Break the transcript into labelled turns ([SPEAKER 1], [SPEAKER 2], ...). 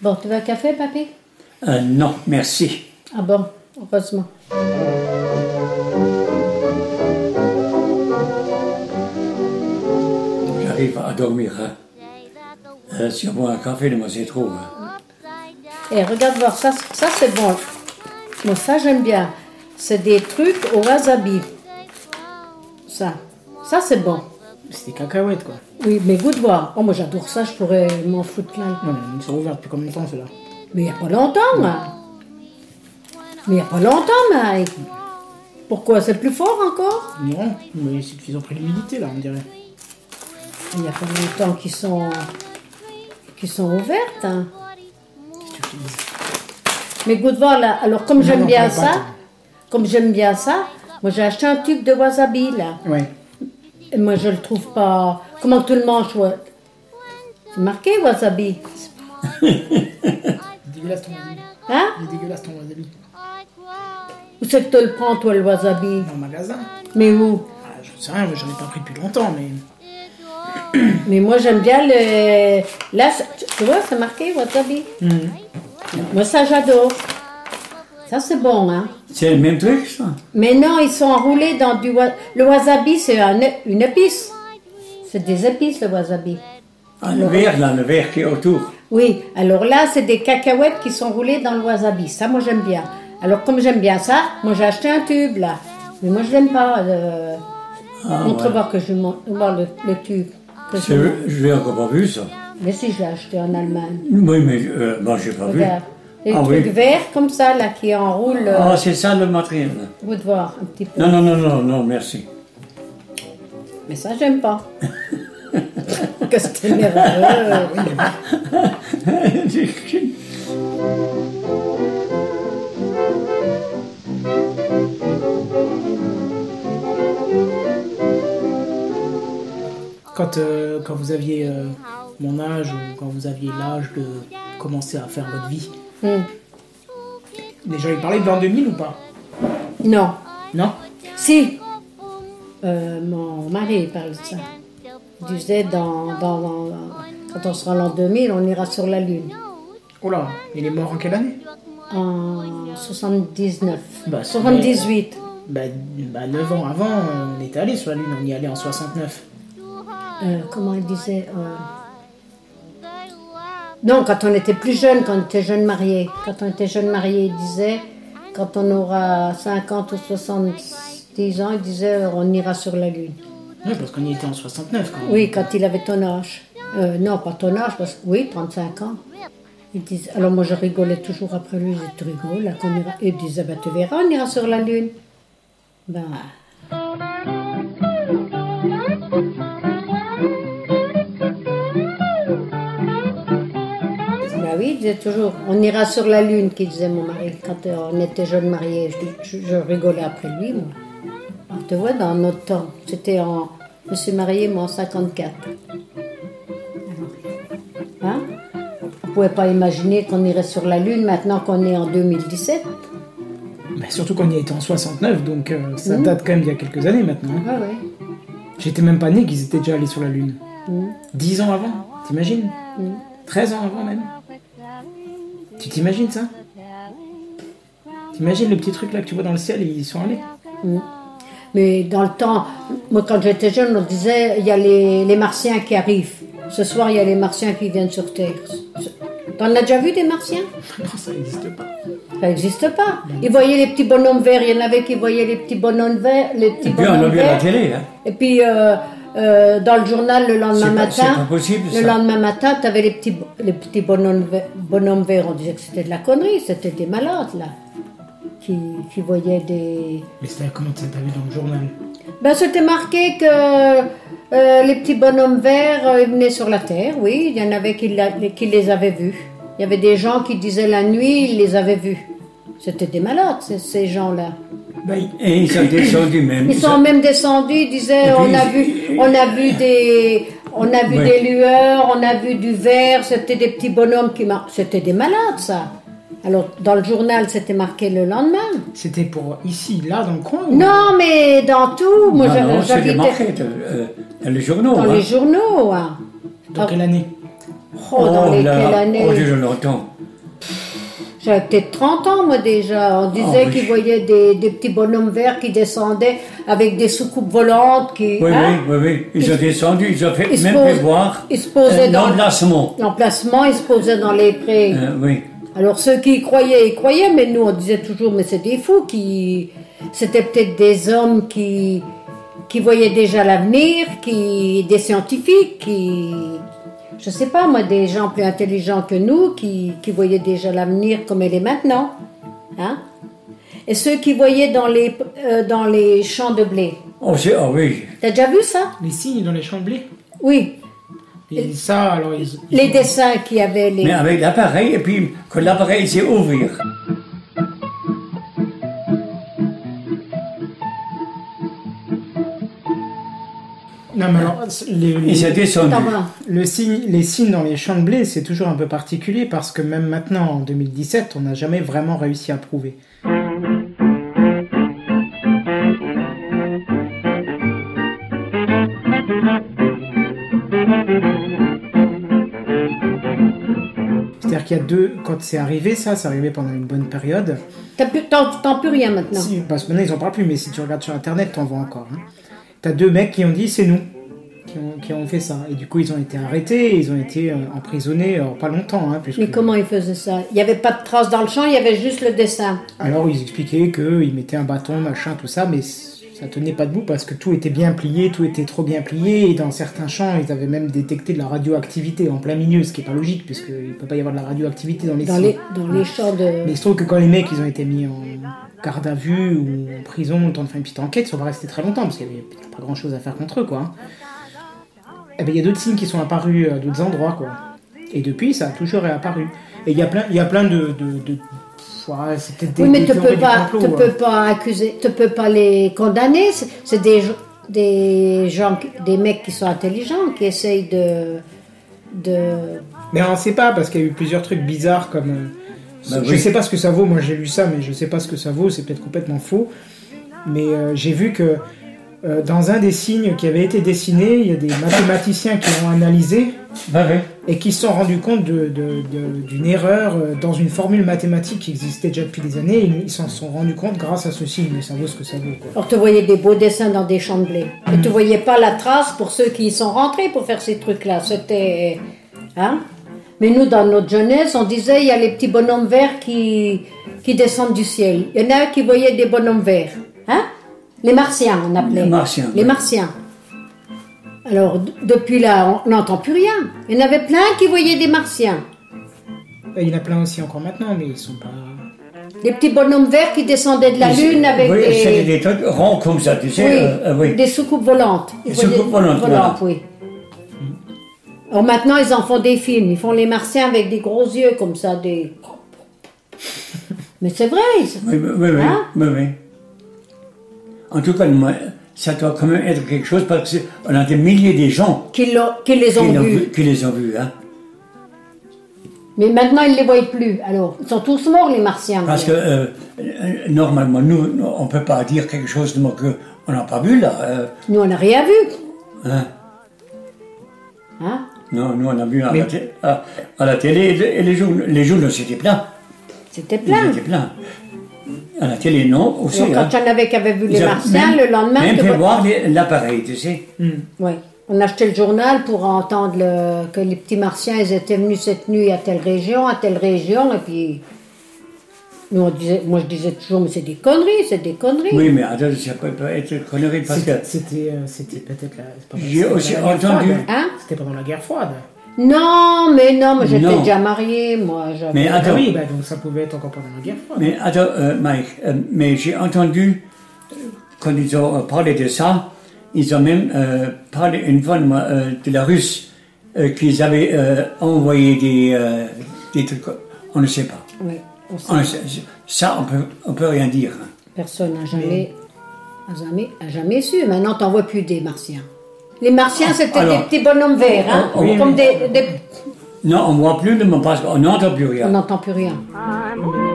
[SPEAKER 1] Bon, tu veux un café, papy
[SPEAKER 2] Euh, non, merci.
[SPEAKER 1] Ah bon, heureusement.
[SPEAKER 2] J'arrive à dormir. Hein. Euh, si on boit un café, moi c'est trop. hein.
[SPEAKER 1] Et Eh, regarde voir, ça, ça c'est bon. Moi, ça j'aime bien. C'est des trucs au wasabi. Ça, ça c'est bon.
[SPEAKER 3] C'est des cacahuètes quoi.
[SPEAKER 1] Oui, mais goût de voir. Oh, moi j'adore ça, je pourrais m'en foutre plein.
[SPEAKER 3] Non, mais ils sont ouverts depuis combien de temps ceux-là
[SPEAKER 1] Mais il n'y a pas longtemps, là. Mais il n'y a pas longtemps, Mike. Pourquoi C'est plus fort encore
[SPEAKER 3] Non, mais c'est qu'ils ont pris l'humidité là, on dirait.
[SPEAKER 1] Il n'y a pas longtemps qu'ils sont. qu'ils sont ouvertes. hein.
[SPEAKER 3] Qu'est-ce que tu dis
[SPEAKER 1] Mais goût de voir, là. Alors, comme j'aime
[SPEAKER 3] non,
[SPEAKER 1] bien
[SPEAKER 3] parle pas,
[SPEAKER 1] ça,
[SPEAKER 3] toi.
[SPEAKER 1] comme j'aime bien ça, moi j'ai acheté un tube de wasabi, là.
[SPEAKER 3] Ouais.
[SPEAKER 1] Et moi, je le trouve pas. Comment tu le manges, ouais C'est marqué wasabi.
[SPEAKER 3] C'est dégueulasse ton wasabi.
[SPEAKER 1] Hein
[SPEAKER 3] Il est dégueulasse ton wasabi.
[SPEAKER 1] Où c'est que tu le prends, toi, le wasabi
[SPEAKER 3] Dans le magasin
[SPEAKER 1] Mais où
[SPEAKER 3] ah, J'en sais rien, mais j'en ai pas pris depuis longtemps, mais.
[SPEAKER 1] Mais moi, j'aime bien le. Là, c'est- tu tu vois, c'est marqué wasabi.
[SPEAKER 3] Mm.
[SPEAKER 1] Moi, ça, j'adore. Ça, c'est bon, hein
[SPEAKER 2] C'est le même truc, ça
[SPEAKER 1] Mais non, ils sont enroulés dans du wa- Le wasabi, c'est un é- une épice. C'est des épices, le wasabi.
[SPEAKER 2] Ah, le verre, là, le verre qui est autour.
[SPEAKER 1] Oui, alors là, c'est des cacahuètes qui sont roulées dans le wasabi. Ça, moi, j'aime bien. Alors, comme j'aime bien ça, moi, j'ai acheté un tube, là. Mais moi, je l'aime pas. euh,
[SPEAKER 2] Ah,
[SPEAKER 1] Montre
[SPEAKER 2] ouais.
[SPEAKER 1] voir que je montre voir le, le tube. Que je montre.
[SPEAKER 2] C'est- Je l'ai encore pas vu, ça.
[SPEAKER 1] Mais si, je l'ai acheté en Allemagne.
[SPEAKER 2] Oui, mais euh, moi, j'ai pas vu.
[SPEAKER 1] Regarde. Les
[SPEAKER 2] Ah
[SPEAKER 1] trucs
[SPEAKER 2] oui.
[SPEAKER 1] verts comme ça, là, qui enroulent. euh,
[SPEAKER 2] Ah, c'est ça le matériel. là.
[SPEAKER 1] Vous de voir un petit peu.
[SPEAKER 2] Non, non, non, non, non, merci.
[SPEAKER 1] Mais ça, j'aime pas. Qu'est-ce que c'est nerveux.
[SPEAKER 3] Quand, euh, quand vous aviez euh, mon âge ou quand vous aviez l'âge de commencer à faire votre vie,
[SPEAKER 1] Hum.
[SPEAKER 3] déjà ils parlaient de l'an 2000 ou pas
[SPEAKER 1] Non.
[SPEAKER 3] Non
[SPEAKER 1] Si, Euh, mon mari parle de ça. Il disait, dans, dans- dans- quand on sera l'an 2000, on ira sur la Lune.
[SPEAKER 3] Oh là, il est mort en quelle année
[SPEAKER 1] En 79.
[SPEAKER 3] Bah, c'est-
[SPEAKER 1] 78.
[SPEAKER 3] bah, bah 9 ans avant, euh, on était allé sur la Lune, on y allait en 69.
[SPEAKER 1] Euh, comment il disait euh, Non, quand on était plus jeune, quand on était jeune marié. Quand on était jeune marié, il disait, quand on aura 50 ou 70 ans, il disait, on ira sur la Lune.
[SPEAKER 3] Oui, parce qu'on y était en 69 quand même.
[SPEAKER 1] Oui, quand il avait ton âge. Euh, non, pas ton âge, parce que oui, 35 ans. Ils disent, alors moi je rigolais toujours après lui, je dis, tu rigoles, là, qu'on ira. Il disait, ben tu verras, on ira sur la Lune. Ben, ben oui, il disait toujours, on ira sur la Lune, qu'il disait mon mari, quand euh, on était jeunes mariés. Je, je- je rigolais après lui, moi. Alors, tu vois, dans notre temps, c'était en. Je me suis mariée, moi, en 54. Hein? On ne pouvait pas imaginer qu'on irait sur la Lune maintenant qu'on est en 2017.
[SPEAKER 3] Bah, surtout qu'on y était en 69, donc euh, ça date quand même d'il y a quelques années maintenant. hein.
[SPEAKER 1] Ah ouais.
[SPEAKER 3] J'étais même pas né qu'ils étaient déjà allés sur la Lune. 10 ans avant, t'imagines 13 ans avant même. Tu t'imagines ça T'imagines le petit truc là que tu vois dans le ciel et ils y sont allés
[SPEAKER 1] Mais dans le temps, moi quand j'étais jeune, on disait il y a les, les Martiens qui arrivent. Ce soir, il y a les Martiens qui viennent sur Terre. T'en as déjà vu des Martiens
[SPEAKER 3] Non, ça n'existe pas.
[SPEAKER 1] Ça n'existe pas. Ils voyaient les petits bonhommes verts. Il y en avait qui voyaient les petits bonhommes verts. Les petits
[SPEAKER 2] Et puis, on a
[SPEAKER 1] bonhommes
[SPEAKER 2] vu à la
[SPEAKER 1] verts.
[SPEAKER 2] télé. Hein.
[SPEAKER 1] Et puis, euh, euh, dans le journal, le lendemain
[SPEAKER 2] C'est pas-
[SPEAKER 1] matin,
[SPEAKER 2] c'est pas possible,
[SPEAKER 1] le
[SPEAKER 2] ça.
[SPEAKER 1] lendemain matin, tu avais les petits, bo- les petits bonhommes, ve- bonhommes verts. On disait que c'était de la connerie, c'était des malades, là, qui, qui voyaient des...
[SPEAKER 3] Mais c'est comment t'as pas vu dans le journal
[SPEAKER 1] Ben, c'était marqué que euh, les petits bonhommes verts euh, ils venaient sur la Terre, oui. Il y en avait qui, la- qui les avaient vus. Il y avait des gens qui disaient la nuit, ils les avaient vus. C'était des malades, ces- ces gens-là.
[SPEAKER 2] Ben, et ils sont descendus même.
[SPEAKER 1] Ils sont même descendus, ils disaient on a vu, on a vu des, on a vu
[SPEAKER 2] Oui.
[SPEAKER 1] des lueurs, on a vu du verre. C'était des petits bonhommes qui mar- C'était des malades ça. Alors dans le journal c'était marqué le lendemain.
[SPEAKER 3] C'était pour ici, là, dans le coin ou-
[SPEAKER 1] Non mais dans tout, moi
[SPEAKER 2] Non,
[SPEAKER 1] j'avais-
[SPEAKER 2] Ah non, c'est
[SPEAKER 1] j'habitais
[SPEAKER 2] marqué dans, euh, dans les euh, journaux.
[SPEAKER 1] dans
[SPEAKER 2] hein.
[SPEAKER 1] les journaux. hein.
[SPEAKER 3] Dans quelle année
[SPEAKER 1] oh, dans les quelle
[SPEAKER 2] là,
[SPEAKER 1] année
[SPEAKER 2] oh, je l'entends.
[SPEAKER 1] J'avais peut-être 30 ans, moi, déjà. On disait
[SPEAKER 2] oui.
[SPEAKER 1] qu'ils voyaient des, des petits bonhommes verts qui descendaient avec des soucoupes volantes qui...
[SPEAKER 2] Oui,
[SPEAKER 1] hein,
[SPEAKER 2] oui, oui, oui. Ils ont descendu, ils ont fait,
[SPEAKER 1] Ils se
[SPEAKER 2] même
[SPEAKER 1] posent-
[SPEAKER 2] fait voir
[SPEAKER 1] ils se posaient
[SPEAKER 2] euh,
[SPEAKER 1] dans-
[SPEAKER 2] l'emplacement.
[SPEAKER 1] L'emplacement, ils se posaient dans les prés.
[SPEAKER 2] Euh, oui.
[SPEAKER 1] Alors ceux qui y croyaient, y croyaient, mais nous on disait toujours, mais c'est des fous qui. C'était peut-être des hommes qui, qui voyaient déjà l'avenir, qui des scientifiques, qui. Je sais pas moi, des gens plus intelligents que nous, qui, qui voyaient déjà l'avenir comme elle est maintenant. Hein? Et ceux qui voyaient dans les, euh, dans les champs de blé.
[SPEAKER 2] Oh, c'est- ah oui.
[SPEAKER 1] T'as déjà vu ça
[SPEAKER 3] Les signes dans les champs de blé.
[SPEAKER 1] Oui.
[SPEAKER 3] Et ça, alors, ils-
[SPEAKER 1] Les dessins qu'il y avait. Les...
[SPEAKER 2] Mais avec l'appareil, et puis que l'appareil s'est ouvert.
[SPEAKER 3] Non, mais alors, les- les-
[SPEAKER 2] Il s'est descendu.
[SPEAKER 1] Attends, voilà.
[SPEAKER 3] le signe, les signes dans les champs de blé, c'est toujours un peu particulier parce que même maintenant, en 2017, on n'a jamais vraiment réussi à prouver. C'est-à-dire qu'il y a deux, quand c'est arrivé ça, c'est arrivé pendant une bonne période.
[SPEAKER 1] T'as plus- T'en t'en plus rien maintenant.
[SPEAKER 3] Si, parce que maintenant ils en parlent plus, mais si tu regardes sur internet, t'en vois encore. hein. T'as deux mecs qui ont dit c'est nous qui ont, qui ont fait ça. Et du coup, ils ont été arrêtés, ils ont été euh, emprisonnés alors, pas longtemps. hein, puisque-
[SPEAKER 1] Mais comment ils faisaient ça Il n'y avait pas de traces dans le champ, il y avait juste le dessin.
[SPEAKER 3] Alors ils expliquaient qu'ils mettaient un bâton, machin, tout ça, mais c- ça tenait pas debout parce que tout était bien plié, tout était trop bien plié. Et dans certains champs, ils avaient même détecté de la radioactivité en plein milieu, ce qui est pas logique, puisqu'il peut pas y avoir de la radioactivité dans les
[SPEAKER 1] Dans
[SPEAKER 3] signes.
[SPEAKER 1] les, dans
[SPEAKER 3] Ah.
[SPEAKER 1] les champs
[SPEAKER 3] Mais
[SPEAKER 1] de.
[SPEAKER 3] il se trouve que quand les mecs ils ont été mis en garde à vue ou en prison, le temps de faire une petite enquête, ils sont pas restés très longtemps parce qu'il n'y avait pas grand chose à faire contre eux quoi. Et ben il y a d'autres signes qui sont apparus à d'autres endroits quoi. Et depuis ça a toujours réapparu. Et il y a plein, il y a plein de, de, de- pff, ouais, c'est peut-être des,
[SPEAKER 1] Oui, mais
[SPEAKER 3] des
[SPEAKER 1] tu
[SPEAKER 3] théories
[SPEAKER 1] peux
[SPEAKER 3] du
[SPEAKER 1] pas,
[SPEAKER 3] complot, hein.
[SPEAKER 1] tu
[SPEAKER 3] ouais.
[SPEAKER 1] peux pas accuser, tu peux pas les condamner. C'est- C'est des, gens- des gens, qui- des mecs qui sont intelligents, qui essayent de, de.
[SPEAKER 3] Mais on sait pas parce qu'il y a eu plusieurs trucs bizarres comme. euh,
[SPEAKER 2] Bah
[SPEAKER 3] je
[SPEAKER 2] oui.
[SPEAKER 3] sais pas ce que ça vaut, moi j'ai lu ça, mais je sais pas ce que ça vaut, c'est peut-être complètement faux. Mais euh, j'ai vu que euh, dans un des signes qui avait été dessiné, il y a des mathématiciens qui ont analysé
[SPEAKER 2] Bah oui.
[SPEAKER 3] et qui se sont rendus compte de- de- de- d'une erreur euh, dans une formule mathématique qui existait déjà depuis des années. et ils s'en sont rendus compte grâce à ce signe, mais ça vaut ce que ça vaut. quoi.
[SPEAKER 1] Alors tu voyais des beaux dessins dans des champs de blé, et tu voyais pas la trace pour ceux qui y sont rentrés pour faire ces trucs-là. C'était, hein Mais nous, dans notre jeunesse, on disait il y a les petits bonhommes verts qui qui descendent du ciel. Il y en a qui voyaient des bonhommes verts, hein Les martiens, on appelait.
[SPEAKER 2] Les Martiens,
[SPEAKER 1] Les
[SPEAKER 2] oui.
[SPEAKER 1] martiens. Alors d- depuis là, on n'entend plus rien. Il y en avait plein qui voyaient des martiens.
[SPEAKER 3] Et il y en a plein aussi encore maintenant, mais ils sont pas.
[SPEAKER 1] Des petits bonhommes verts qui descendaient de la lune avec
[SPEAKER 2] oui,
[SPEAKER 1] des,
[SPEAKER 2] c'était des trucs ronds comme ça, tu sais.
[SPEAKER 1] Oui,
[SPEAKER 2] euh, euh, oui.
[SPEAKER 1] des soucoupes volantes.
[SPEAKER 2] Des
[SPEAKER 1] Vous voyez,
[SPEAKER 2] soucoupes volantes, voilà.
[SPEAKER 1] oui. Alors maintenant, ils en font des films. Ils font les martiens avec des gros yeux comme ça, des. Mais c'est vrai. ils-
[SPEAKER 2] Oui, oui, oui,
[SPEAKER 1] Hein
[SPEAKER 2] oui, oui. En tout cas, moi, ça doit quand même être quelque chose parce qu'on a des milliers de gens
[SPEAKER 1] Qui, l'ont- qui les
[SPEAKER 2] qui,
[SPEAKER 1] ont
[SPEAKER 2] l'ont
[SPEAKER 1] vus.
[SPEAKER 2] vu- qui les ont vus. Hein.
[SPEAKER 1] Mais maintenant, ils ne les voient plus. Alors, ils sont tous morts, les martiens.
[SPEAKER 2] Parce que euh, euh, normalement, nous, nous, on ne peut pas dire quelque chose de- qu'on n'a pas vu là. euh,
[SPEAKER 1] Nous, on n'a rien vu.
[SPEAKER 2] hein.
[SPEAKER 1] Hein?
[SPEAKER 2] Non, nous, on a vu à, la, té- à- à la télé et les- et les journaux. Les journaux, c'était plein.
[SPEAKER 1] C'était plein.
[SPEAKER 2] Ils étaient pleins. À la télé, non, aussi.
[SPEAKER 1] Alors,
[SPEAKER 2] hein.
[SPEAKER 1] quand il y en avait qui avaient vu
[SPEAKER 2] Ils
[SPEAKER 1] les
[SPEAKER 2] avaient
[SPEAKER 1] martiens,
[SPEAKER 2] même-
[SPEAKER 1] le lendemain.
[SPEAKER 2] Même
[SPEAKER 1] tu
[SPEAKER 2] fait
[SPEAKER 1] vois- Mm.
[SPEAKER 2] voir les- l'appareil, tu sais.
[SPEAKER 1] Oui. On achetait le journal pour entendre le- que les petits martiens, ils étaient venus cette nuit à telle région, à telle région, et puis... Nous, on disait, moi, je disais toujours, mais c'est des conneries, c'est des conneries.
[SPEAKER 2] Oui, mais attends, ça peut pas être connerie parce que.
[SPEAKER 3] C'était c'était, euh, c'était peut-être la. c'est pas-
[SPEAKER 2] J'ai
[SPEAKER 3] c'était pendant
[SPEAKER 2] aussi
[SPEAKER 3] la guerre
[SPEAKER 2] entendu-
[SPEAKER 3] froide.
[SPEAKER 1] Hein
[SPEAKER 3] C'était pendant la guerre froide.
[SPEAKER 1] Non, mais non, mais j'étais
[SPEAKER 2] Non.
[SPEAKER 1] déjà mariée, moi. j'avais-
[SPEAKER 2] Mais
[SPEAKER 3] Ah
[SPEAKER 2] attends,
[SPEAKER 3] oui, bah, donc ça pouvait être encore pendant la guerre froide.
[SPEAKER 2] mais attends euh, Mike, euh, mais j'ai entendu, euh, quand ils ont euh, parlé de ça, ils ont même euh, parlé une fois de, moi, euh, de la Russe, euh, qu'ils avaient euh, envoyé des, euh, des trucs. On ne sait pas.
[SPEAKER 1] Oui, on sait.
[SPEAKER 2] On ne sait- ça, on peut, on peut rien dire. hein.
[SPEAKER 1] Personne n'a jamais, a jamais, a jamais su. Maintenant, t'en vois plus des martiens. Les martiens, c'était des
[SPEAKER 2] Ah, alors-
[SPEAKER 1] petits bonhommes verts, hein,
[SPEAKER 2] Oh, oui,
[SPEAKER 1] comme
[SPEAKER 2] oui.
[SPEAKER 1] des- des...
[SPEAKER 2] oh Non, on ne voit plus le mot parce qu'on n'entend plus
[SPEAKER 1] On
[SPEAKER 2] rien.
[SPEAKER 1] n'entend plus rien.
[SPEAKER 4] I'm